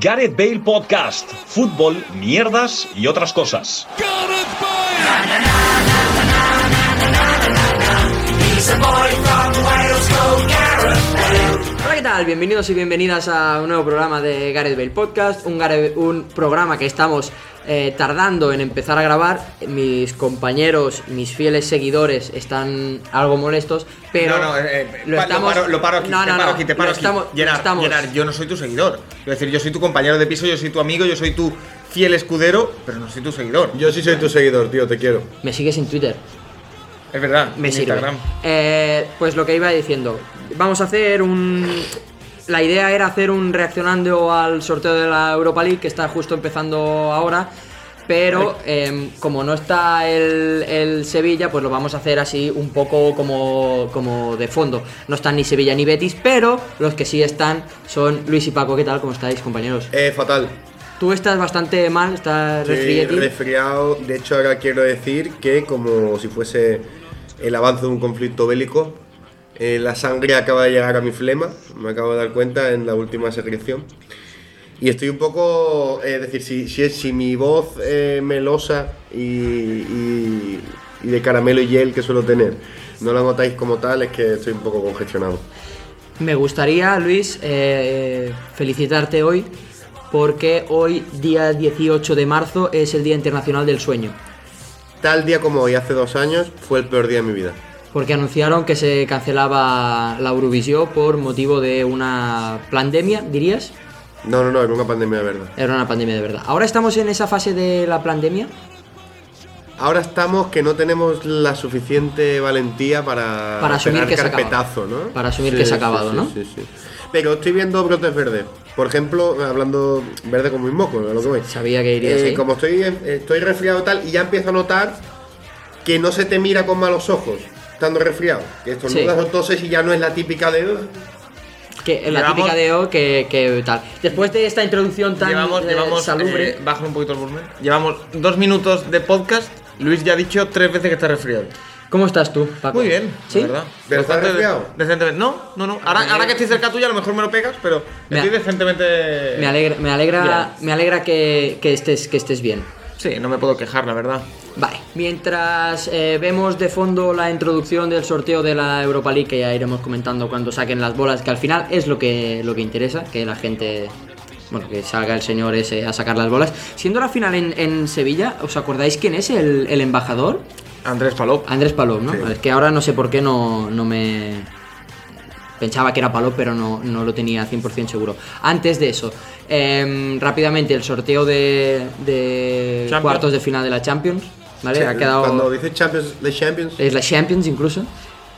Gareth Bale Podcast, fútbol, mierdas y otras cosas. Hola, ¿qué tal? Bienvenidos y bienvenidas a un nuevo programa de Gareth Bale Podcast, un, Gareth- un programa que estamos eh, tardando en empezar a grabar. Mis compañeros, mis fieles seguidores están algo molestos, pero no, no, eh, eh, lo pa- estamos... paro, lo paro aquí, no, te no, paro no, aquí, te paro lo aquí. estamos- lo Gerard, estamos- Gerard, yo no soy tu seguidor. Es decir, yo soy tu compañero de piso, yo soy tu amigo, yo soy tu fiel escudero, pero no soy tu seguidor. Yo sí soy tu seguidor, tío, te quiero. Me sigues en Twitter. Es verdad, me en sirve. Instagram. Eh, pues lo que iba diciendo, vamos a hacer un... La idea era hacer un reaccionando al sorteo de la Europa League que está justo empezando ahora, pero em, como no está el, el Sevilla, pues lo vamos a hacer así un poco como, como de fondo. No están ni Sevilla ni Betis, pero los que sí están son Luis y Paco. ¿Qué tal? ¿Cómo estáis, compañeros? Eh, fatal. Tú estás bastante mal, estás Sí, resfrietín. resfriado. De hecho, ahora quiero decir que, como si fuese el avance de un conflicto bélico, eh, la sangre acaba de llegar a mi flema. Me acabo de dar cuenta en la última secreción. Y estoy un poco. eh, Es decir, si, si, si mi voz eh, melosa y, y- y de caramelo y hiel que suelo tener no la notáis como tal, es que estoy un poco congestionado. Me gustaría, Luis, eh, felicitarte hoy porque hoy, día 18 de marzo, es el Día Internacional del Sueño. Tal día como hoy, hace dos años, fue el peor día de mi vida. Porque anunciaron que se cancelaba la Eurovisión por motivo de una pandemia, dirías. No, no, no, era una pandemia de verdad. Era una pandemia de verdad. Ahora estamos en esa fase de la pandemia. Ahora estamos que no tenemos la suficiente valentía para, Para asumir pegar que se acaba. carpetazo, ¿no? Para asumir que se ha acabado, sí, ¿no? Sí, sí. Pero estoy viendo brotes verdes. Por ejemplo, hablando verde como mis mocos, a lo que voy. Sabía que irías Eh, ahí. Como estoy, estoy resfriado y tal, y ya empiezo a notar que no se te mira con malos ojos, estando resfriado. Que estornudas Sí. o toses y ya no es la típica de. "Ugh". Que la Llevamos- típica de O que, que tal. Después de esta introducción tan llevamos, eh, llevamos, salubre. eh, baja un poquito el volumen. Llevamos dos minutos de podcast. Luis ya ha dicho tres veces que está resfriado. ¿Cómo estás tú, Paco? Muy bien, ¿Sí? la verdad. ¿Pero estás Bastante de- resfriado? Decentemente. No, no, no. Ahora, ahora que estoy cerca tuya, a lo mejor me lo pegas, pero Me estoy ha- decentemente. Me alegra, me alegra, me alegra que, que estés, que estés bien. Sí, no me puedo quejar, la verdad. Vale, mientras eh, vemos de fondo la introducción del sorteo de la Europa League, que ya iremos comentando cuando saquen las bolas, que al final es lo que, lo que interesa, que la gente, bueno, que salga el señor ese a sacar las bolas. Siendo la final en, en Sevilla, ¿os acordáis quién es el, el embajador? Andrés Palop. Andrés Palop, ¿no? Sí. Es que ahora no sé por qué no, no me... Pensaba que era Palop, pero no, no lo tenía 100% seguro. Antes de eso, em, rápidamente el sorteo de, de Champions. cuartos de final de la Champions, ¿vale? Sí, ha quedado... eh, Eh, Cuando dices Champions, de Champions, Es la Champions incluso.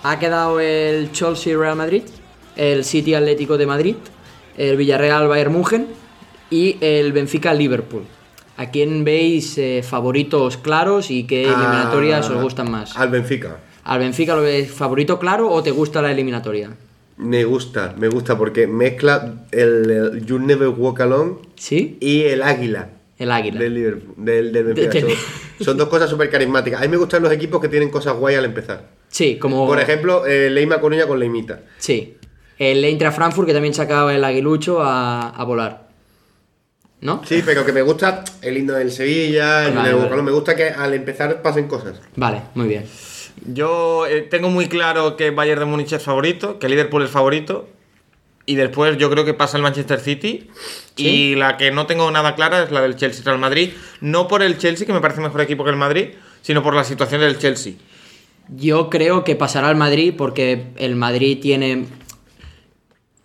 Ha quedado el Chelsea Real Madrid, el City Atlético de Madrid, el Villarreal Bayern Múnich y el Benfica Liverpool. ¿A quién veis eh, favoritos claros y Ah, qué eliminatorias eh, a- os gustan más? Al Benfica. ¿Al Benfica lo ves favorito claro o te gusta la eliminatoria? Me gusta, me gusta porque mezcla el, el You Never Walk Alone ¿Sí? y el Águila El Águila. del Liverpool, del, del Benfica. De- de- Son, son dos cosas súper carismáticas. A mí me gustan los equipos que tienen cosas guay al empezar. Sí, como... Por ejemplo, eh, Leima Coruña con Leimita. Sí. El Eintracht Frankfurt que también sacaba el aguilucho a, a volar. ¿No? Sí, pero que me gusta el himno del Sevilla, el You Vale, Never Walk vale. Alone. Me gusta que al empezar pasen cosas. Vale, muy bien. Yo eh, tengo muy claro que Bayern de Múnich es favorito, que Liverpool es favorito. Y después yo creo que pasa el Manchester City. Sí. Y la que no tengo nada clara es la del Chelsea Real Madrid. No por el Chelsea, que me parece mejor equipo que el Madrid, sino por la situación del Chelsea. Yo creo que pasará al Madrid porque el Madrid tiene...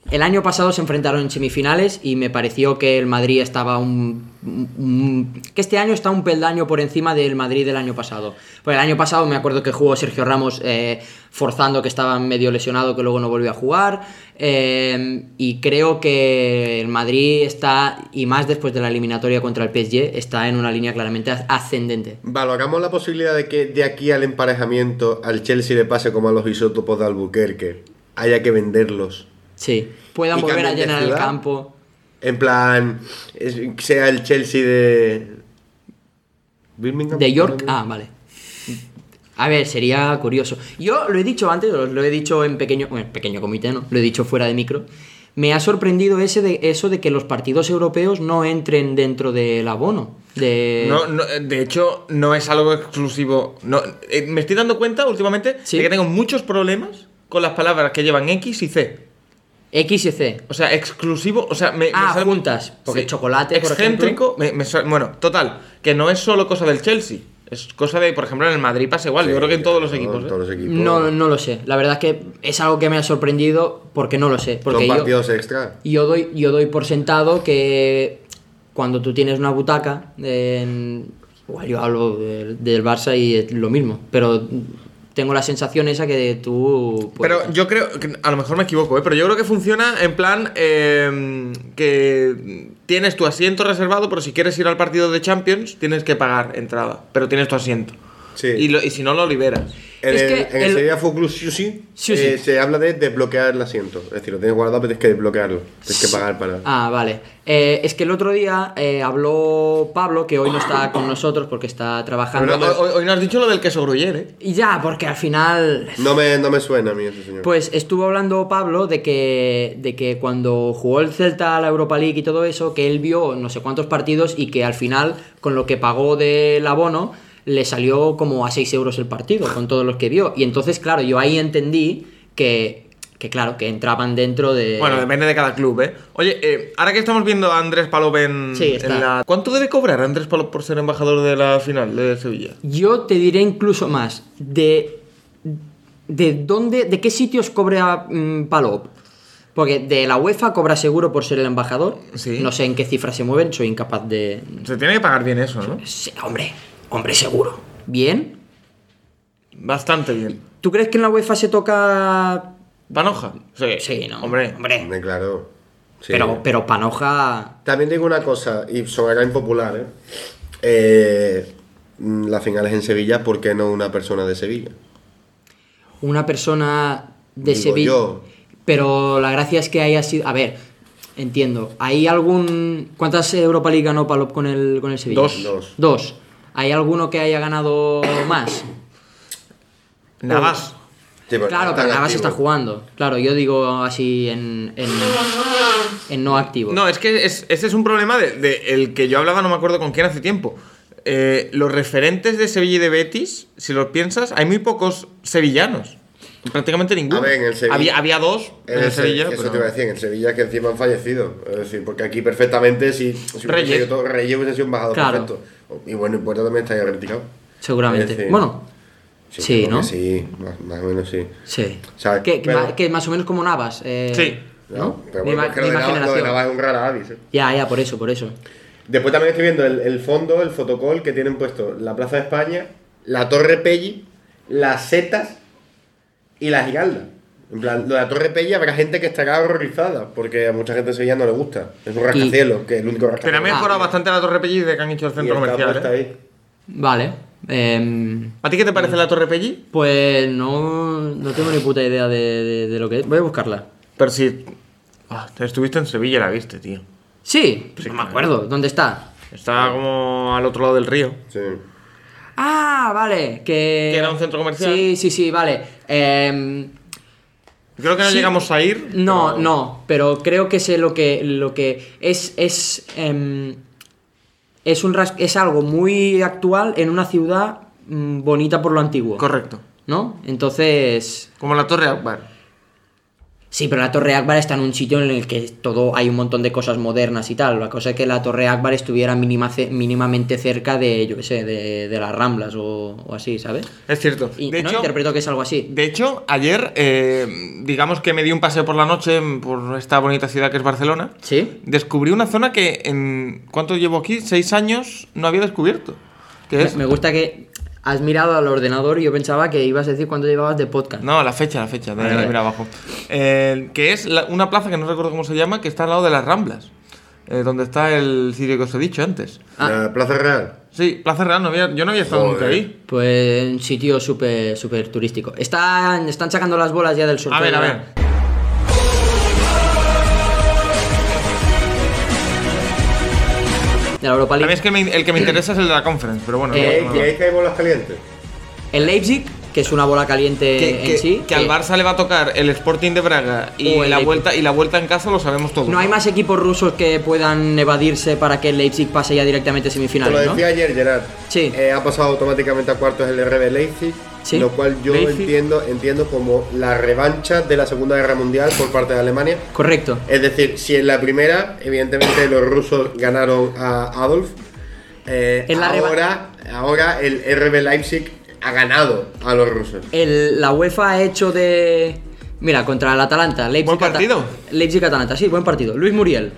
El año pasado se enfrentaron en semifinales y me pareció que el Madrid estaba un... un- que este año está un peldaño por encima del Madrid del año pasado. Porque el año pasado me acuerdo que jugó Sergio Ramos eh, forzando que estaba medio lesionado, que luego no volvió a jugar. eh, y creo que el Madrid está, y más después de la eliminatoria contra el PSG, está en una línea claramente ascendente. Valoramos la posibilidad de que de aquí al emparejamiento al Chelsea le pase como a los isótopos de Albuquerque. Haya que venderlos. Sí. Puedan Y volver a cambian de llenar el ciudad. campo. En plan, es- sea el Chelsea de. Birmingham. De York. Ah, vale. A ver, sería curioso. Yo lo he dicho antes, os lo he dicho en pequeño, bueno, en pequeño comité, ¿no? Lo he dicho fuera de micro. me ha sorprendido ese de, eso de que los partidos europeos no entren dentro del abono. De... No, no, eh, de hecho, no es algo exclusivo. No, eh, me estoy dando cuenta últimamente Sí. de que tengo muchos problemas con las palabras que llevan X y C. X y C. O sea, exclusivo, o sea, me, me Ah, sale- juntas, porque chocolate, por excéntrico, me- me sale- bueno, total, que no es solo cosa del Chelsea, es cosa de, por ejemplo, en el Madrid pasa igual, yo creo que en todos los No, equipos. en ¿eh? todos los equipos. No, no lo sé. La verdad es que es algo que me ha sorprendido porque no lo sé. Porque Son yo, partidos extra. yo doy, yo doy por sentado que cuando tú tienes una butaca, en- igual yo hablo del, del Barça y es lo mismo, pero tengo la sensación esa que tú... pues, Pero yo creo, que- a lo mejor me equivoco, ¿eh? pero yo creo que funciona en plan eh, que tienes tu asiento reservado, pero si quieres ir al partido de Champions tienes que pagar entrada, pero tienes tu asiento. Sí. Y, lo- y si no, lo liberas. En Es el, que en el el- Sevilla Fútbol Club sí o sí, Sí o eh, sí. se habla de desbloquear el asiento. Es decir, lo tienes guardado, pero tienes que desbloquearlo. Tienes que pagar para. Ah, vale. Eh, es que el otro día eh, habló Pablo, que hoy no está con nosotros porque está trabajando. Pero hoy, hoy no has dicho lo del queso gruyere. ¿eh? Y ya, porque al final No, me, no me suena a mí ese señor. Pues estuvo hablando Pablo de que, de que cuando jugó el Celta a la Europa League y todo eso, que él vio no sé cuántos partidos y que al final, con lo que pagó del abono, le salió como a 6 euros el partido, con todos los que vio. Y entonces, claro, yo ahí entendí que, que claro, que entraban dentro de... Bueno, depende de cada club, ¿eh? Oye, eh, ahora que estamos viendo a Andrés Palop en, Sí, está. en la... ¿Cuánto debe cobrar Andrés Palop por ser embajador de la final de Sevilla? Yo te diré incluso más, de... ¿De dónde, de qué sitios cobra mm, Palop? Porque de la UEFA cobra seguro por ser el embajador. Sí. No sé en qué cifras se mueven, soy incapaz de, Se tiene que pagar bien eso, ¿no? Sí, hombre, hombre seguro. ¿Bien? Bastante bien. ¿Tú crees que en la UEFA se toca... ¿Panoja? Sí, Sí, no. Hombre, Me claro. Sí. eh. Pero, pero Panoja... También digo una cosa, y sonará impopular, ¿eh? Eh, mm, la final es en Sevilla, ¿por qué no una persona de Sevilla? Una persona de Digo Sevilla... yo. Pero la gracia es que haya sido... A ver, entiendo. ¿Hay algún... ¿Cuántas Europa League ganó Palop con el, con el Sevilla? Dos. Dos. Dos. ¿Hay alguno que haya ganado más? Navas. Sí, pero Claro, no pero tan Navas Pues activo. está jugando. Claro, yo digo así en, en, en no activo. No, es que es- ese es un problema de, de el que yo hablaba, no me acuerdo con quién hace tiempo. Eh, los referentes de Sevilla y de Betis, si los piensas, hay muy pocos sevillanos. Prácticamente ninguno. A ver, en el Sevilla- había, había dos En en el el Se- Sevilla. eso pero- te iba a decir, en Sevilla que encima han fallecido. Es decir, porque aquí perfectamente si, si hubiese Reyes. seguido todo, Reyes hubiese sido un bajador Claro. perfecto. Y bueno, y Puerta también estaría retirado. Seguramente. Es decir, Bueno, Sí, creo ¿no? que Sí, más, más o menos sí. sí. O sea, que, que pero- ma- que más o menos como Navas. eh, Sí. ¿no? Pero Mi bueno, ma- es que lo mi de Navas- lo de imaginación. Navas es un rara avis. ¿eh? Ya, ya, por eso, por eso. Después también estoy viendo el, el fondo, el fotocol que tienen puesto la Plaza de España, la Torre Pelli, las setas y la gigalda. En plan, lo de la Torre Pelli habrá gente que estará horrorizada, porque a mucha gente de Sevilla no le gusta. Es un rascacielos, que es el único Pero ha rascacielos. mejorado Ah. bastante la Torre Pelli desde que han hecho el Y centro el campo comercial. está ¿eh? ahí. Vale. em, ¿A ti qué te parece la Torre Pelli? pues no, no tengo ni puta idea de, de- de lo que es. Voy a buscarla. Pero si. Ah, te estuviste en Sevilla y la viste, tío. Sí, Sí, no me claro. acuerdo. ¿Dónde está? Está como al otro lado del río. Sí. Ah, vale. Que, Que era un centro comercial. Sí, sí, sí, vale. em, Creo que no Sí. llegamos a ir. No, pero- no, pero creo que sé lo que, lo que es, es, em, es, un ras- es algo muy actual en una ciudad mm, bonita por lo antiguo, Correcto. ¿no? Entonces, Como la Torre Akbar. sí, pero la Torre Akbar está en un sitio en el que todo hay un montón de cosas modernas y tal. La cosa es que la Torre Akbar estuviera mínima ce- mínimamente cerca de, yo qué sé, de, de las Ramblas o, o así, ¿sabes? Es cierto. Y de, no hecho, interpreto que es algo así. de hecho, ayer, eh, digamos que me di un paseo por la noche mm, por esta bonita ciudad que es Barcelona. ¿Sí? Descubrí una zona que en. ¿Cuánto llevo aquí? Seis años no había descubierto. Que Me- es. Me gusta que has mirado al ordenador y yo pensaba que ibas a decir cuánto llevabas de podcast. No, la fecha, la fecha, de, Vale, vale. mira abajo. Eh, que es la- una plaza que no recuerdo cómo se llama, que está al lado de las Ramblas. eh, donde está el sitio que os he dicho antes. Ah. La Plaza Real. Sí, Plaza Real, no había, yo no había estado nunca Joder. ahí. Pues un sitio súper súper turístico. Están, están sacando las bolas ya del sorteo. A ver, a ¿no? ver. De la Europa A mí League. es que me- el que me interesa es el de la conference, pero bueno. Eh, ¿Y no pasa ahí, nada. y ahí caen bolas calientes? El Leipzig que es una bola caliente que, en que- sí. eh. que al Barça le va a tocar el Sporting de Braga y O el la Leipzig. vuelta y la vuelta en casa lo sabemos todos. No hay más equipos rusos que puedan evadirse para que el Leipzig pase ya directamente a Te lo semifinales, ¿no? decía ayer, Gerard. Sí. Eh, ha pasado automáticamente a cuartos el RB Leipzig, Sí. lo cual yo Leipzig. entiendo entiendo como la revancha de la Segunda Guerra Mundial por parte de Alemania. Correcto. Es decir, si en la primera, evidentemente los rusos ganaron a Adolf, eh, En la reva- ahora, ahora el RB Leipzig ha ganado a los rusos. El- la UEFA ha hecho de. Mira, contra el Atalanta. Leipzig, Buen partido. Leipzig-Atalanta, sí, buen partido. Luis Muriel.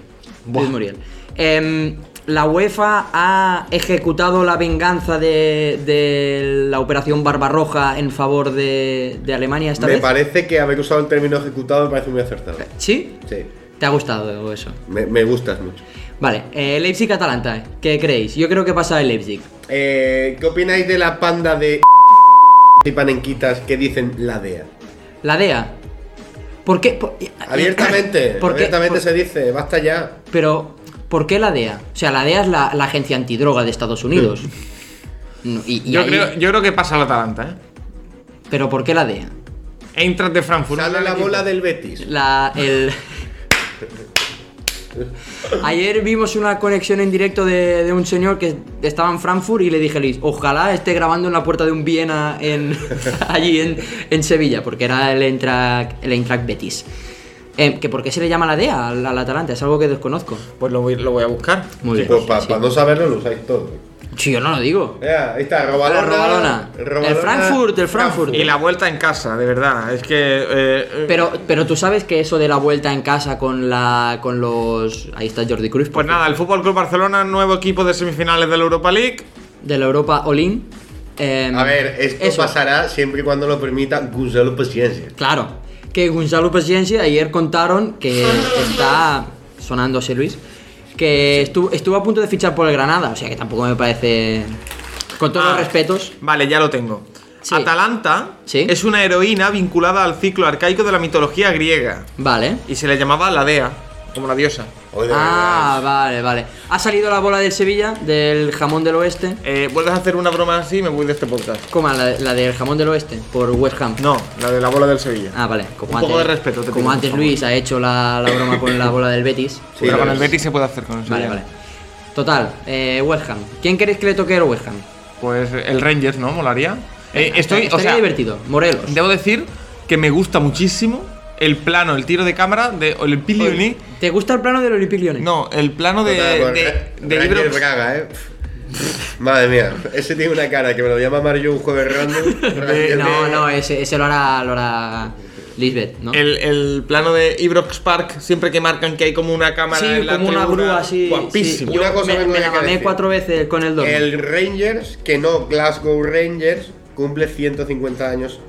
Luis Muriel. Em, la UEFA ha ejecutado la venganza de, de la operación Barbarroja en favor de, de Alemania esta Me vez. parece que haber usado el término ejecutado me parece muy acertado. ¿Sí? Sí, ¿Te ha gustado eso? me, me gustas mucho. Vale, eh, Leipzig-Atalanta, ¿qué creéis? Yo creo que pasa el Leipzig. Eh, ¿Qué opináis de la panda de y panenquitas que dicen la DEA? La DEA. ¿Por qué? Por- Abiertamente, ¿Por qué? abiertamente Por- se dice, basta ya. Pero, ¿por qué la DEA? O sea, la DEA es la, la agencia antidroga de Estados Unidos. No, y- y Yo, ahí- creo, yo creo que pasa al Atalanta, ¿eh? Pero, ¿por qué la DEA? Eintracht de Frankfurt. Sale la Equipo. bola del Betis. La. El. Ayer vimos una conexión en directo de, de un señor que estaba en Frankfurt y le dije, Luis, ojalá esté grabando en la puerta de un Viena en, allí en, en Sevilla, porque era el Eintracht, el Eintracht Betis. Eh, que ¿Por qué se le llama la DEA al, al Atalanta? Es algo que desconozco. Pues lo voy, lo voy a buscar. Muy bien. Pues para sí. no saberlo lo usáis todo. Sí, yo no lo digo. Ya, ahí está, A Robalona. la Robalona. El Frankfurt, el Frankfurt. Y la vuelta en casa, de verdad. Es que. eh, eh, Pero, pero tú sabes que eso de la vuelta en casa con la con los ahí está Jordi Cruz Pues nada, el Fútbol Club Barcelona, nuevo equipo de semifinales de la Europa League. de la Europa eh, Olin. A Em, ver, esto pasará siempre y cuando lo permita Guselo Paciencia. Claro, que Gonzalo Paciencia ayer contaron que está sonándose Luis, que estuvo, estuvo a punto de fichar por el Granada, o sea que tampoco me parece con todos los Ah. respetos. Vale, ya lo tengo. Sí. Atalanta Sí. es una heroína vinculada al ciclo arcaico de la mitología griega. Vale. Y se le llamaba la Dea, como la diosa. Oye, de Ah, verdad. vale, vale. Ha salido la bola del Sevilla, del jamón del oeste. Eh, Vuelves a hacer una broma así y me voy de este podcast. ¿Cómo? La, la del jamón del oeste, por West Ham. No, la de la bola del Sevilla. Ah, vale. Como Un antes, poco de respeto, te como pido, antes por favor. Luis ha hecho la, la broma con la bola del Betis. Sí, Pero lo con el es. Betis se puede hacer con el Vale, Sevilla. vale. Total, eh, West Ham. ¿Quién queréis que le toque al West Ham? Pues el Rangers, ¿no? Molaría. Eh, estoy, o Estaría sea, divertido. Morelos. debo decir que me gusta muchísimo el plano, el tiro de cámara de Olympique Lyonnais. ¿Te gusta el plano del Olympique Lyonnais? No, el plano de, Total, con de, Ra- de Rangers libros. Braga, eh. Madre mía, ese tiene una cara que me lo llama Mario un jueves random. Rangers no, Braga. no, ese, ese lo hará, lo hará Lisbeth, ¿no? El, el plano de Ibrox Park, siempre que marcan que hay como una cámara sí, en la como una tribuna. grúa así. Guapísimo. sí. Yo Una cosa me, vengo me de la que mamé decir. cuatro veces con el 2. El Rangers, que no Glasgow Rangers, cumple 150 años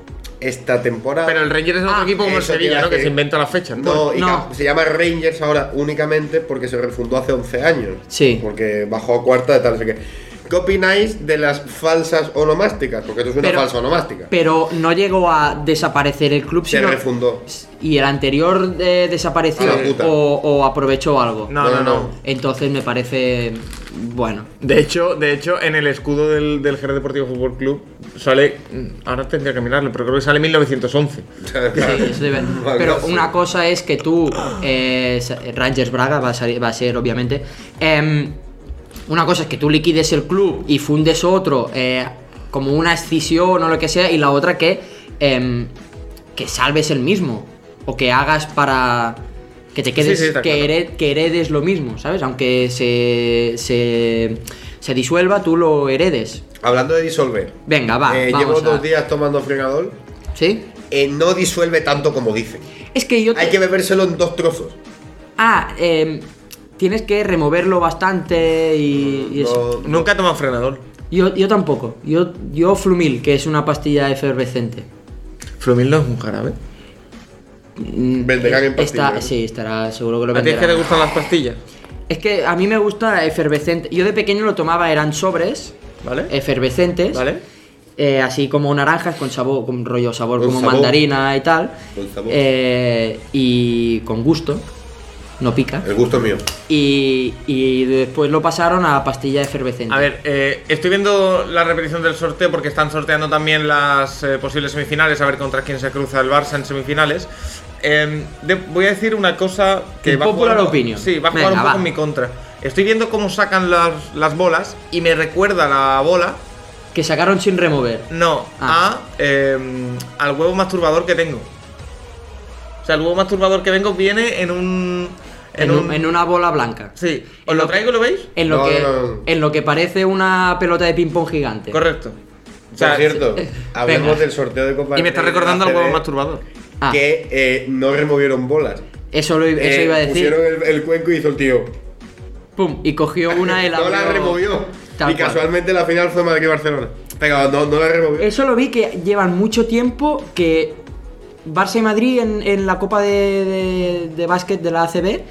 esta temporada. Pero el Rangers es otro Ah, equipo como el eso te Sevilla, iba a ¿no? Que se decir. inventa la fecha. No, y No. ca- se llama Rangers ahora únicamente porque se refundó hace 11 años. Sí. Porque bajó a cuarta de tal, no sé qué. ¿Qué opináis de las falsas onomásticas? Porque esto es una Pero- falsa onomástica. Pero no llegó a desaparecer el club, se sino. refundó. Y el anterior eh, desapareció A la puta. o, o aprovechó algo. No, no, no. Entonces me parece. Bueno. De hecho, de hecho, en el escudo del, del Jerez Deportivo Fútbol Club sale. mm, Ahora tendría que mirarlo, pero creo que sale 1911. sí, eso debe- Pero una cosa es que tú, eh, sa- Rangers Braga va a, salir- va a ser obviamente. em, una cosa es que tú liquides el club y fundes otro eh, como una escisión o lo que sea, y la otra que, em, que salves el mismo o que hagas para que te quedes, Sí, sí, está que, claro. hered- que heredes lo mismo, ¿sabes? Aunque se, se, se disuelva, tú lo heredes. Hablando de disolver. Venga, va. eh, vamos llevo a- dos días tomando fregador. ¿Sí? eh, no disuelve tanto como dicen. Es que yo. Hay te- que bebérselo en dos trozos. Ah, em, tienes que removerlo bastante y, y eso. No- Nunca he tomado frenador. Yo, yo tampoco. Yo, yo flumil, que es una pastilla efervescente. Flumil no es un jarabe. Mm, Venderán en está- pastillas. sí, estará seguro que lo ¿A ti es que venderán. te gustan las pastillas? Es que a mí me gusta efervescente. Yo de pequeño lo tomaba, eran sobres ¿Vale? efervescentes. ¿Vale? eh, así como naranjas con sabor, con rollo sabor Con como sabor. mandarina y tal. Con sabor. eh, y con gusto. no pica. El gusto es mío. Y, y después lo pasaron a pastilla efervescente. A ver, eh, estoy viendo la repetición del sorteo porque están sorteando también las eh, posibles semifinales, a ver contra quién se cruza el Barça en semifinales. Eh, de- voy a decir una cosa que va a Unpopular jugar. opinion. Sí, va a jugar Venga, un poco va. en mi contra. Estoy viendo cómo sacan las, las bolas y me recuerda la bola, Que sacaron sin remover. no, a, Ah. eh, al huevo masturbador que tengo. O sea, el huevo masturbador que vengo viene en un. En, un- en una bola blanca. Sí, en ¿os lo lo que- traigo y lo veis? En lo, No, que, no, no. en lo que parece una pelota de ping-pong gigante. Correcto. O sea, Por cierto, hablemos Ah, Venga. del sorteo de Copa Y me está del Rey de la recordando al ACB, huevo masturbador. Ah, Que eh, no removieron bolas. eso, lo, i- eso Eh, iba a decir. Pusieron el, el cuenco y hizo el tío. Pum, y cogió una de las. no la removió. Tal y cual. casualmente la final fue Madrid-Barcelona. Pero no, no la removió. Eso lo vi que llevan mucho tiempo que Barça y Madrid en, en la Copa de, de- de Básquet de la ACB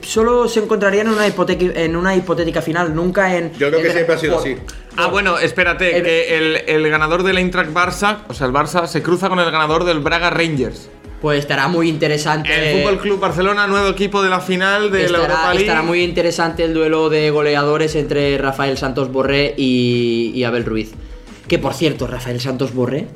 solo se encontrarían en una, hipoteca, en una hipotética final, nunca en... Yo creo que en- siempre ha sido por- así. Ah, bueno, espérate, El- que el, el ganador del Eintracht Barça, o sea, el Barça, se cruza con el ganador del Braga Rangers. Pues estará muy interesante... El Fútbol Club Barcelona, nuevo equipo de la final de la Eh. estará, Europa League. estará muy interesante el duelo de goleadores entre Rafael Santos Borré y, y Abel Ruiz. Que por cierto, Rafael Santos Borré,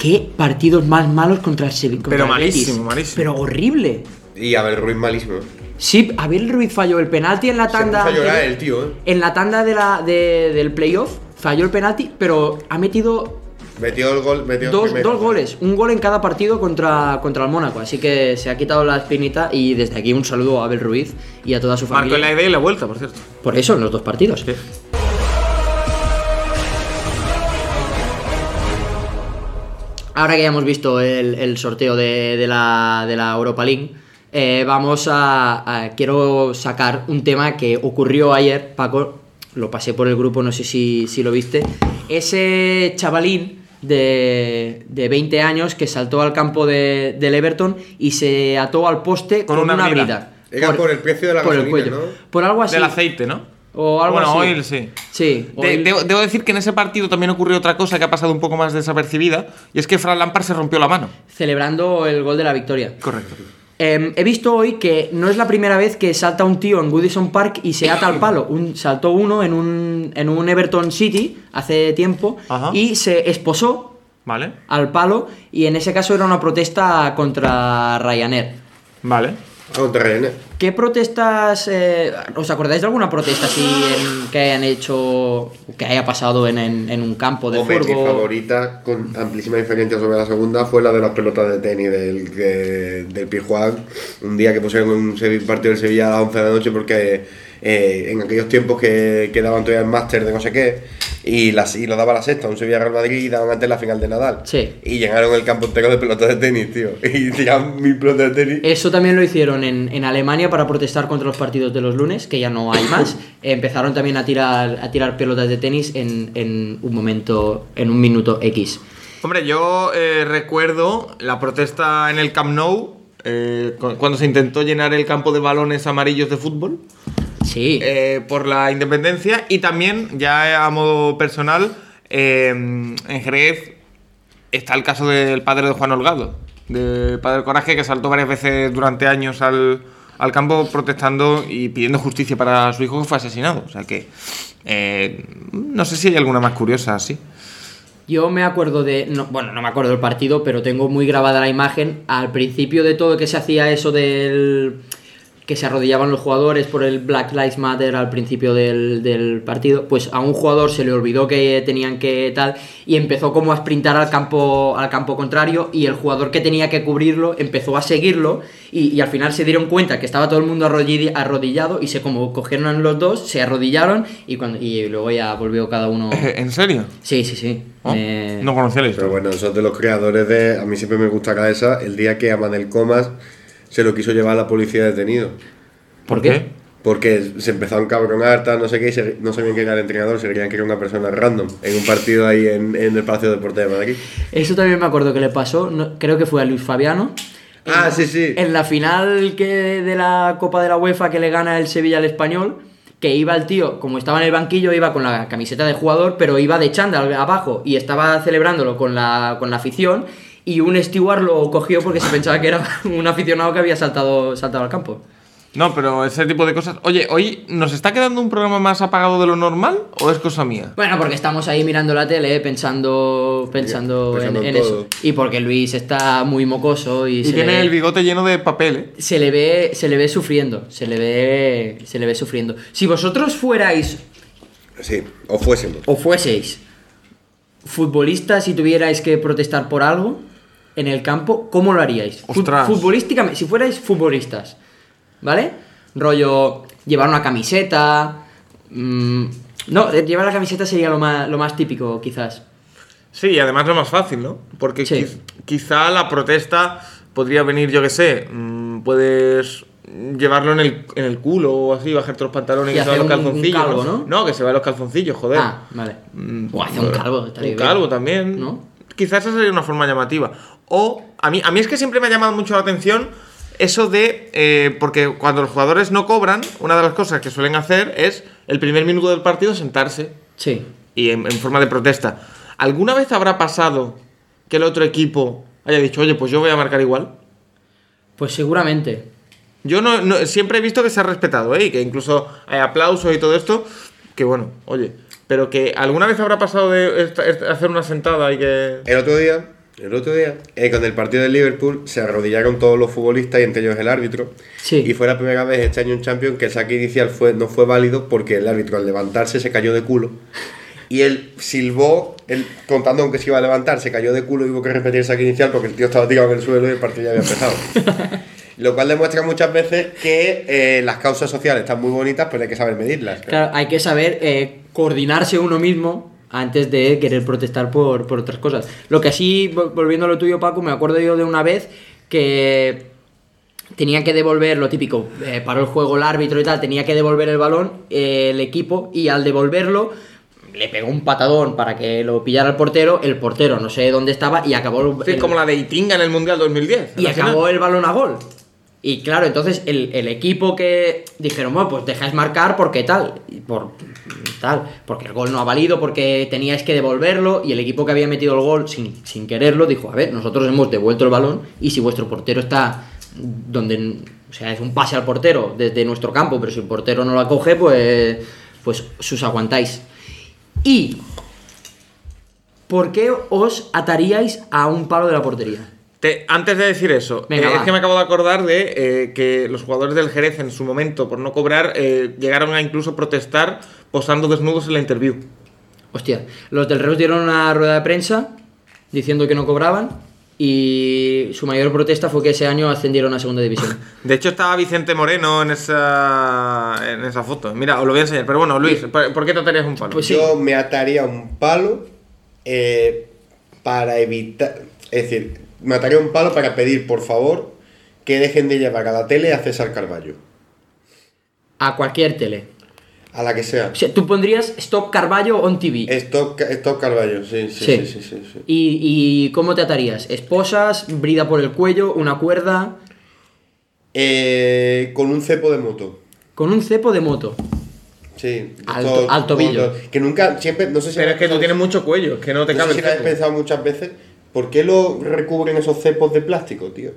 qué partidos más malos contra el Sevilla. Pero malísimo, malísimo. Pero horrible. Y Abel Ruiz malísimo. Sí, Abel Ruiz falló el penalti en la Se puso tanda. a llorar anterior. el tío, ¿eh? En la tanda de la, de- del playoff falló el penalti, pero ha metido Metió el gol. Metió el dos, primero. dos goles, un gol en cada partido contra, contra el Mónaco. Así que se ha quitado la espinita y desde aquí un saludo a Abel Ruiz y a toda su Marcó familia. en la idea y la vuelta, por cierto. Por eso, en los dos partidos. Sí. Ahora que ya hemos visto el, el sorteo de, de la, de la Europa League, eh, vamos a, a- Quiero sacar un tema que ocurrió ayer, Paco. Lo pasé por el grupo, no sé si, si lo viste. Ese chavalín de, de 20 años que saltó al campo de- del Everton y se ató al poste Con con, una una, brida. brida. Era por el precio de la por el gasolina, cuello. ¿no? Por algo así. Del aceite, ¿no? Ah, O algo bueno, así. oil, sí. Sí. De- oil. debo, debo decir que en ese partido también ocurrió otra cosa que ha pasado un poco más desapercibida, y es que Fran Lampard se rompió la mano. Celebrando el gol de la victoria. Correcto. Em, he visto hoy que no es la primera vez que salta un tío en Goodison Park y se ata al palo. Un, saltó uno en un, en un Everton City hace tiempo Ajá. y se esposó ¿Vale? al palo y en ese caso era una protesta contra Ryanair. Vale. Contra René. ¿Qué protestas... eh, ¿Os acordáis de alguna protesta así en- que hayan hecho... que haya pasado en, en- en un campo de Hombre, mi fútbol? favorita, con amplísima diferencia sobre la segunda, fue la de las pelotas de tenis del, que- del Pijuán. Un día que pusieron un Sevi- partido del Sevilla a las 11 de la noche porque eh, en aquellos tiempos que, que daban todavía el máster de no sé qué, y, las, y lo daba la sexta, un Sevilla Real Madrid y daban antes la final de Nadal. Sí. Y llenaron el campo entero de pelotas de tenis, tío. Y tiraban mil pelotas de tenis. Eso también lo hicieron en, en Alemania para protestar contra los partidos de los lunes, que ya no hay más. Empezaron también a tirar, a tirar pelotas de tenis en, en un momento, en un minuto X. Hombre, yo eh, recuerdo la protesta en el Camp Nou, eh, cu- cuando se intentó llenar el campo de balones amarillos de fútbol. Sí. eh, por la independencia y también, ya a modo personal, eh, en Jerez está el caso del padre de Juan Holgado, de Padre Coraje, que saltó varias veces durante años al, al campo protestando y pidiendo justicia para su hijo que fue asesinado. O sea que eh, no sé si hay alguna más curiosa así. Yo me acuerdo de. no- bueno, no me acuerdo del partido, pero tengo muy grabada la imagen. Al principio de todo que se hacía eso del. que se arrodillaban los jugadores por el Black Lives Matter al principio del, del partido. Pues a un jugador se le olvidó que tenían que tal. Y empezó como a sprintar al campo. al campo contrario. Y el jugador que tenía que cubrirlo empezó a seguirlo. Y, y al final se dieron cuenta que estaba todo el mundo arrodilli- arrodillado. Y se como cogieron los dos, se arrodillaron. Y cuando. Y luego ya volvió cada uno. ¿En serio? Sí, sí, sí. ¿No? Eh, No conocía la historia. Pero bueno, eso es de los creadores de. A mí siempre me gustará esa. El día que Amanel Comas se lo quiso llevar a la policía detenido. ¿Por qué? Porque se empezó a encabronar, tal, no sé qué, y se- no sabían quién era el entrenador, se creían que era una persona random en un partido ahí en, en el Palacio Deporte de Madrid. Eso también me acuerdo que le pasó, no- creo que fue a Luis Fabiano. Ah, sí, sí. En la final que de la Copa de la UEFA que le gana el Sevilla al Español, que iba el tío, como estaba en el banquillo, iba con la camiseta de jugador, pero iba de chándal abajo y estaba celebrándolo con la, con la afición. y un steward lo cogió porque se pensaba que era un aficionado que había saltado, saltado al campo. No, pero ese tipo de cosas. Oye, hoy nos está quedando un programa más apagado de lo normal o es cosa mía? Bueno, porque estamos ahí mirando la tele, pensando, pensando, Pensando en, en en eso. todo. Y porque Luis está muy mocoso y, Y se, tiene le, el bigote lleno de papel, ¿eh? se le ve, se le ve sufriendo, se le ve, se le ve sufriendo. Si vosotros fuerais Sí, o fuésemos. o fueseis futbolistas y tuvierais que protestar por algo en el campo, ¿cómo lo haríais? Fut- Ostras. Futbolísticamente, si fuerais futbolistas, ¿vale? Rollo, llevar una camiseta. mm, no, eh, llevar la camiseta sería lo más, lo más típico, quizás. Sí, y además lo más fácil, ¿no? Porque Sí. quiz- quizá la protesta podría venir, yo qué sé, mm, puedes llevarlo en el, en el culo o así, bajarte los pantalones Y y, se van hacer los un- un calzoncillos. calvo, ¿no? que se van los calzoncillos, joder. Ah, vale. Mm, O hacer un pero- calvo, estaría Un bien. calvo también. ¿No? Quizás esa sería una forma llamativa. O a mí, a mí es que siempre me ha llamado mucho la atención eso de. eh, porque cuando los jugadores no cobran, una de las cosas que suelen hacer es el primer minuto del partido sentarse Sí. y en, en forma de protesta. ¿Alguna vez habrá pasado que el otro equipo haya dicho, oye, pues yo voy a marcar igual? Pues seguramente. Yo no, no- siempre he visto que se ha respetado, ¿eh? Y que incluso hay aplausos y todo esto, que bueno, oye, pero que alguna vez habrá pasado de esta- esta- hacer una sentada y que... El otro día, el otro día, eh, con el partido del Liverpool, se arrodillaron todos los futbolistas y entre ellos el árbitro. Sí. Y fue la primera vez este año en Champions que el saque inicial fue, no fue válido porque el árbitro al levantarse se cayó de culo. Y él silbó, él, contando aunque se iba a levantar, se cayó de culo y hubo que repetir el saque inicial porque el tío estaba tirado en el suelo y el partido ya había empezado. Lo cual demuestra muchas veces que eh, las causas sociales están muy bonitas, pero hay que saber medirlas. Claro, hay que saber eh, coordinarse uno mismo antes de querer protestar por, por otras cosas. Lo que así, vol- volviendo a lo tuyo, Paco, me acuerdo yo de una vez que tenía que devolver lo típico, eh, paró el juego el árbitro y tal, tenía que devolver el balón eh, el equipo y al devolverlo le pegó un patadón para que lo pillara el portero, el portero no sé dónde estaba y acabó el- Sí, el- como la de Itinga en el Mundial 2010. en y la final. acabó el balón a gol. Y claro, entonces el, el equipo que dijeron, bueno, pues dejáis marcar porque tal, y por tal, porque el gol no ha valido, porque teníais que devolverlo, y el equipo que había metido el gol sin, sin quererlo dijo, a ver, nosotros hemos devuelto el balón, y si vuestro portero está donde, o sea, es un pase al portero desde nuestro campo, pero si el portero no la coge, pues, pues sus aguantáis. ¿Y por qué os ataríais a un palo de la portería? Te- antes de decir eso, Venga, eh, es va. que me acabo de acordar de eh, que los jugadores del Jerez en su momento, por no cobrar, eh, llegaron a incluso protestar posando desnudos en la interview. Hostia, los del Reus dieron una rueda de prensa diciendo que no cobraban y su mayor protesta fue que ese año ascendieron a segunda división. De hecho, estaba Vicente Moreno en esa, en esa foto. Mira, os lo voy a enseñar. Pero bueno, Luis, ¿por, por qué tratarías un palo? Pues sí. Yo me ataría un palo eh, para evitar. Es decir, me ataría un palo para pedir, por favor, que dejen de llevar a la tele a César Carballo. A cualquier tele. A la que sea. O sea, tú pondrías Stop Carballo on TV. Stop, Ca- Stop Carballo, sí, sí, sí, sí, sí, sí. ¿Y, y cómo te atarías? ¿Esposas? ¿Brida por el cuello? ¿Una cuerda? Eh, con un cepo de moto. ¿Con un cepo de moto? Sí. Al Estos to- al tobillo. motos, Que nunca, siempre, no sé si. Pero es que tú tienes mucho cuello, es que no te Pues No cabe sé si el lo habéis cuerpo. pensado muchas veces. ¿Por qué lo recubren esos cepos de plástico, tío?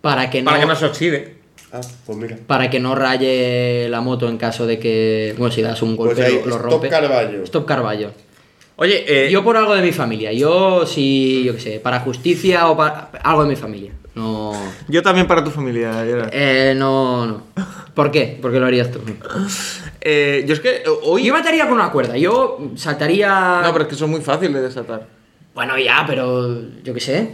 Para que no, Para que no se oxide. Ah, pues mira. para que no raye la moto en caso de que. Bueno, si das un golpe Pues ahí, lo, lo Stop rompe. Carballo. Stop Carballo. Oye, eh, Yo por algo de mi familia. Yo sí, yo qué sé, para justicia o para algo de mi familia. No. yo también para tu familia, Gerard. Eh, no, no. ¿Por qué? Porque lo harías tú. Eh, yo es que hoy... Yo me ataría con una cuerda. Yo saltaría. No, pero es que son muy fáciles de desatar. Bueno, ya, pero yo qué sé.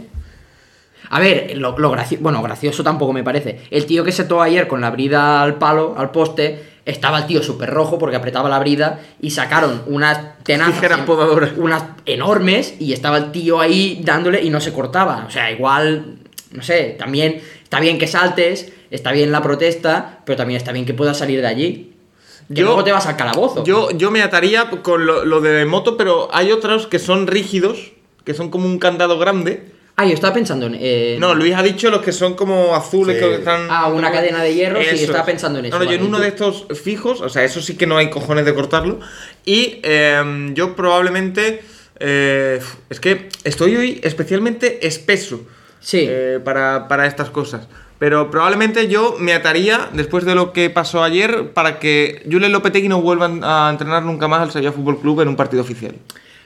A ver, lo, lo gracio- bueno, gracioso tampoco me parece. El tío que se ató ayer con la brida al palo, al poste, estaba el tío súper rojo porque apretaba la brida y sacaron unas tenazas. Tijeras podadoras. Unas enormes y estaba el tío ahí dándole y no se cortaba. O sea, igual, no sé, también está bien que saltes, está bien la protesta, pero también está bien que puedas salir de allí. Que Yo- luego te vas al calabozo. Yo, yo me ataría con lo, lo de moto, pero hay otros que son rígidos, que son como un candado grande. Ah, yo estaba pensando en. eh, No, Luis ha dicho los que son como azules, Sí. que están... Ah, una cadena de hierro, sí, Eso estaba es. pensando en eso, No, no, yo en vale, uno ¿y tú? de estos fijos, o sea, eso sí que no hay cojones de cortarlo. Y em, yo probablemente Eh, es que estoy hoy especialmente espeso Sí. eh, para, para estas cosas. Pero probablemente yo me ataría, después de lo que pasó ayer, para que Julen Lopetegui no vuelva a entrenar nunca más al Sevilla Fútbol Club en un partido oficial.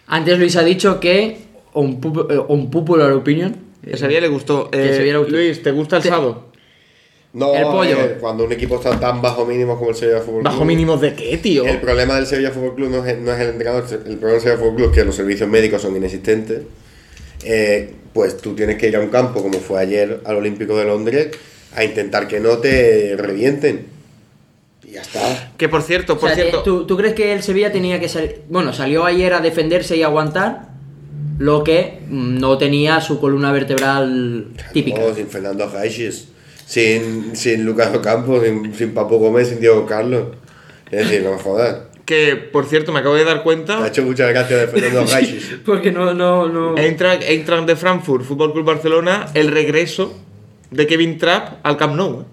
Antes Luis ha dicho que un, pup- eh, un popular opinion. El Sevilla le gustó. El Eh, Sevilla le gustó. Luis, ¿te gusta el Te- sábado? No, El pollo. eh, cuando un equipo está tan bajo mínimo como el Sevilla Fútbol Club. ¿Bajo mínimos de qué, tío? El problema del Sevilla Fútbol Club no es, no es el entrenador, el problema del Sevilla Fútbol Club es que los servicios médicos son inexistentes. Eh, pues tú tienes que ir a un campo, como fue ayer al Olímpico de Londres, a intentar que no te revienten. Y ya está. Que por cierto, O por sea, eh, cierto. ¿tú, tú crees que el Sevilla tenía que salir? Bueno, salió ayer a defenderse y aguantar, lo que mm, no tenía su columna vertebral típica. Oh, No, sin Fernando Reyes, sin, sin Lucas Ocampo, sin, sin Papu Gómez, sin Diego Carlos. Es decir, no me jodas. Que por cierto, me acabo de dar Me ha cuenta. hecho mucha gracia de Fernando Reyes. Porque no, no, no. Eintracht, Eintracht de Frankfurt, Fútbol Club Barcelona, el regreso de Kevin Trapp al Camp Nou. ¿eh?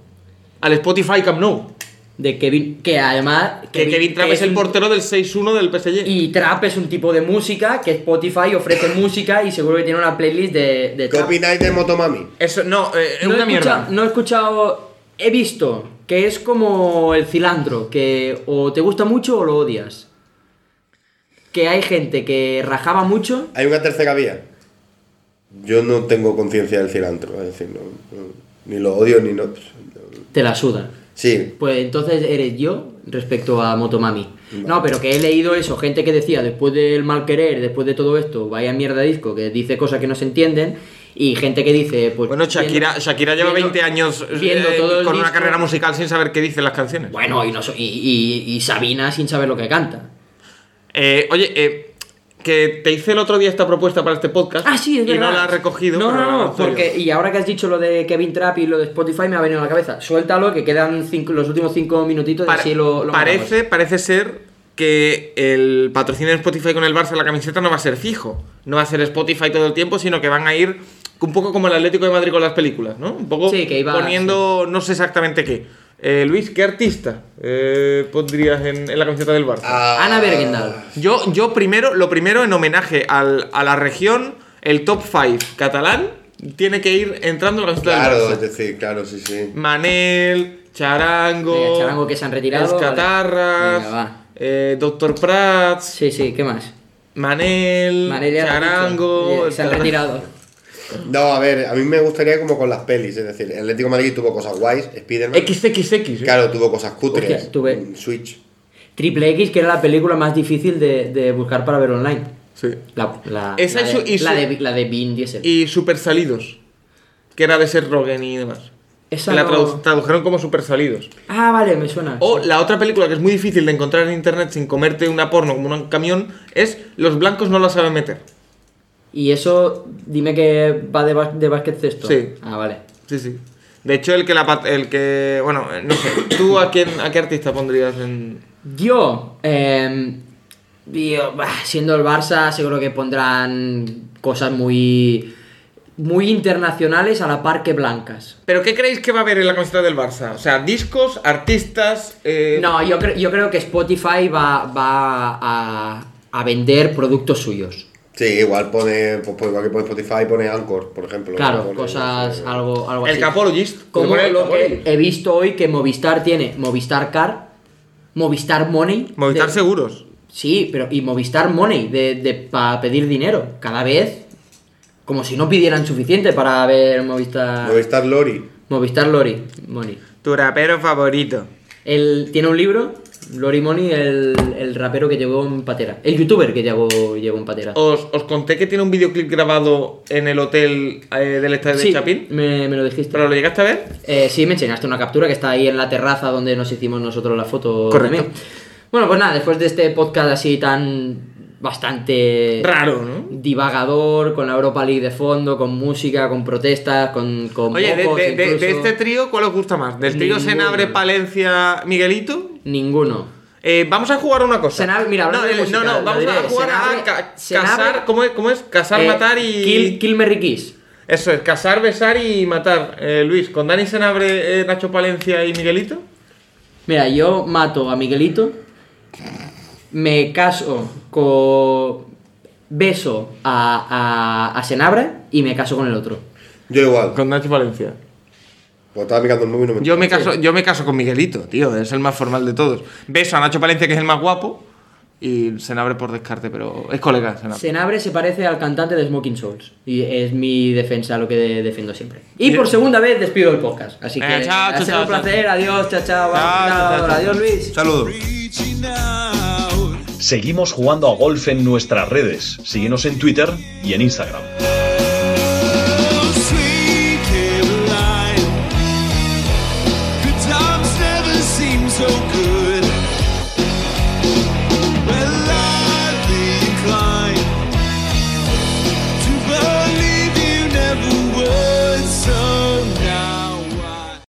Al Spotify Camp Nou. De Kevin, que además. Que Kevin, Trapp es el un- portero del 6-1 del PSG. Y Trap es un tipo de música que Spotify ofrece música y seguro que tiene una playlist de, de ¿Qué trap. opináis de Motomami? Eso, no, eh, es No he una mierda. escucha- no he escuchado. He visto que es como el cilantro, que o te gusta mucho o lo odias. Que hay gente que rajaba mucho. Hay una tercera vía. Yo no tengo conciencia del cilantro, es decir, no, no- ni lo odio ni no. Te la suda. Sí, Pues entonces eres yo respecto a Motomami. No, pero que he leído eso, gente que decía después del mal querer, después de todo esto, vaya mierda de disco, que dice cosas que no se entienden, y gente que dice, pues. Bueno, viendo- Shakira, Shakira lleva viendo- 20 años eh, viendo todo el con una disco. carrera musical sin saber qué dicen las canciones. Bueno, y, no so- y, y- y Sabina sin saber lo que canta. Eh, oye, eh, que te hice el otro día esta propuesta para este podcast. Ah, sí, es Y verdad. no la has recogido. No, pero no, la no, lanzo yo. porque. Y ahora que has dicho lo de Kevin Trapp y lo de Spotify, me ha venido a la cabeza. Suéltalo, que quedan cinco- los últimos cinco minutitos y Pare- así lo. lo parece, parece ser que el patrocinio de Spotify con el Barça la camiseta no va a ser fijo. No va a ser Spotify todo el tiempo, sino que van a ir un poco como el Atlético de Madrid con las películas, ¿no? Un poco Sí, que iba- poniendo no sé exactamente qué. Eh, Luis, ¿qué artista eh, pondrías en, en la camiseta del Barça? Ah. Ana Bergendahl. Yo, yo primero, lo primero en homenaje al- a la región, el top 5 catalán tiene que ir entrando en la camiseta claro, del es Barça. decir, claro, sí, sí. Manel, Charango, Venga, Charango, que se han retirado, Los Catarras, vale. Venga, va. eh, Doctor Prats, Sí, sí, ¿qué más? Manel, Manelia lo ha dicho. Mm, Charango, Eh, Se han Charango. retirado. No, a ver, a mí me gustaría como con las pelis, es decir, el Atlético de Madrid tuvo cosas guays, Spiderman. XXX. ¿eh? Claro, tuvo cosas cutres. Hostia, tuve- mm, Switch. Triple X, que era la película más difícil de, de buscar para ver online. Sí. La, la, Esa la y su- de, y su- la, de, la de Vin Diesel. Y Super Salidos, que era de ser Rogen y demás. Esa Que la no- tradu- tradujeron como Super Salidos. Ah, vale, me suena. O la otra película que es muy difícil de encontrar en internet sin comerte una porno como un camión es Los blancos no la saben meter. Y eso, dime que va de, bas- de básquet cesto. Sí. Ah, vale. Sí, sí. De hecho, el que la pat- el que. Bueno, eh, no sé. ¿Tú a quién a qué artista pondrías en. Yo, eh, yo, bah, siendo el Barça, seguro que pondrán cosas muy, muy internacionales a la par que blancas. ¿Pero qué creéis que va a haber en la camiseta del Barça? O sea, discos, artistas. eh, No, yo, cre- yo creo que Spotify va, va a, a vender productos suyos. Sí, igual pone, pues, pues, igual que pone Spotify, pone Anchor, por ejemplo. Claro, Pone- cosas, no sé. algo, algo El así. Capologist. Como ¿Te pones el lo que Capologist? he visto hoy que Movistar tiene Movistar Car, Movistar Money. Movistar de- Seguros. Sí, pero y Movistar Money de, para pedir dinero. Cada vez, como si no pidieran suficiente para ver Movistar. Movistar Lori. Movistar Lori Money. Tu rapero favorito. Él tiene un libro, Lori Money, el, el rapero que llegó en patera. El youtuber que llegó, llegó en patera. Os, os conté que tiene un videoclip grabado en el hotel eh, del estadio sí, de Chapín. Me, me lo dijiste. ¿Pero lo llegaste a ver? Eh, sí, me enseñaste una captura que está ahí en la terraza donde nos hicimos nosotros la foto. Correcto. también. Bueno, pues nada, después de este podcast así tan bastante Raro, ¿no? divagador, con la Europa League de fondo, con música, con protestas, con, con Oye, de, mocos de- de- de incluso. este trío, ¿cuál os gusta más? ¿Del trío Ninguno. Senabre, Palencia, Miguelito? Ninguno. Eh, vamos a jugar una cosa. Senabre, mira, no, hablando de el- no, música, no, lo vamos a diré. jugar a Senabre- ca- Senabre- casar. ¿Cómo es? ¿Cómo es? Casar, Eh, matar y. Kill, kill Mary Kiss. Eso es, casar, besar y matar. Eh, Luis, con Dani Senabre, eh, Nacho Palencia y Miguelito. Mira, yo mato a Miguelito, me caso con beso a, a, a Senabre y me caso con el otro. Yo igual. Con Nacho Valencia. Pues estaba mirando el móvil y no me Yo me caso, yo me caso con Miguelito, tío, es el más formal de todos. Beso a Nacho Palencia, que es el más guapo, y Senabre por descarte, pero es colega Senabre. Senabre se parece al cantante de Smoking Souls. Y es mi defensa, lo que de- defiendo siempre. Y por segunda vez despido el podcast. Así que Venga, Eh, chao, ha chao, sido un chao, chao. placer. Adiós, chao, chao. Chao, chao, chao, chao. Adiós, Luis. Saludos. reaching out. Seguimos jugando a golf en nuestras redes. Síguenos en Twitter y en Instagram. Oh, sweet Caroline. Good times never seem so good.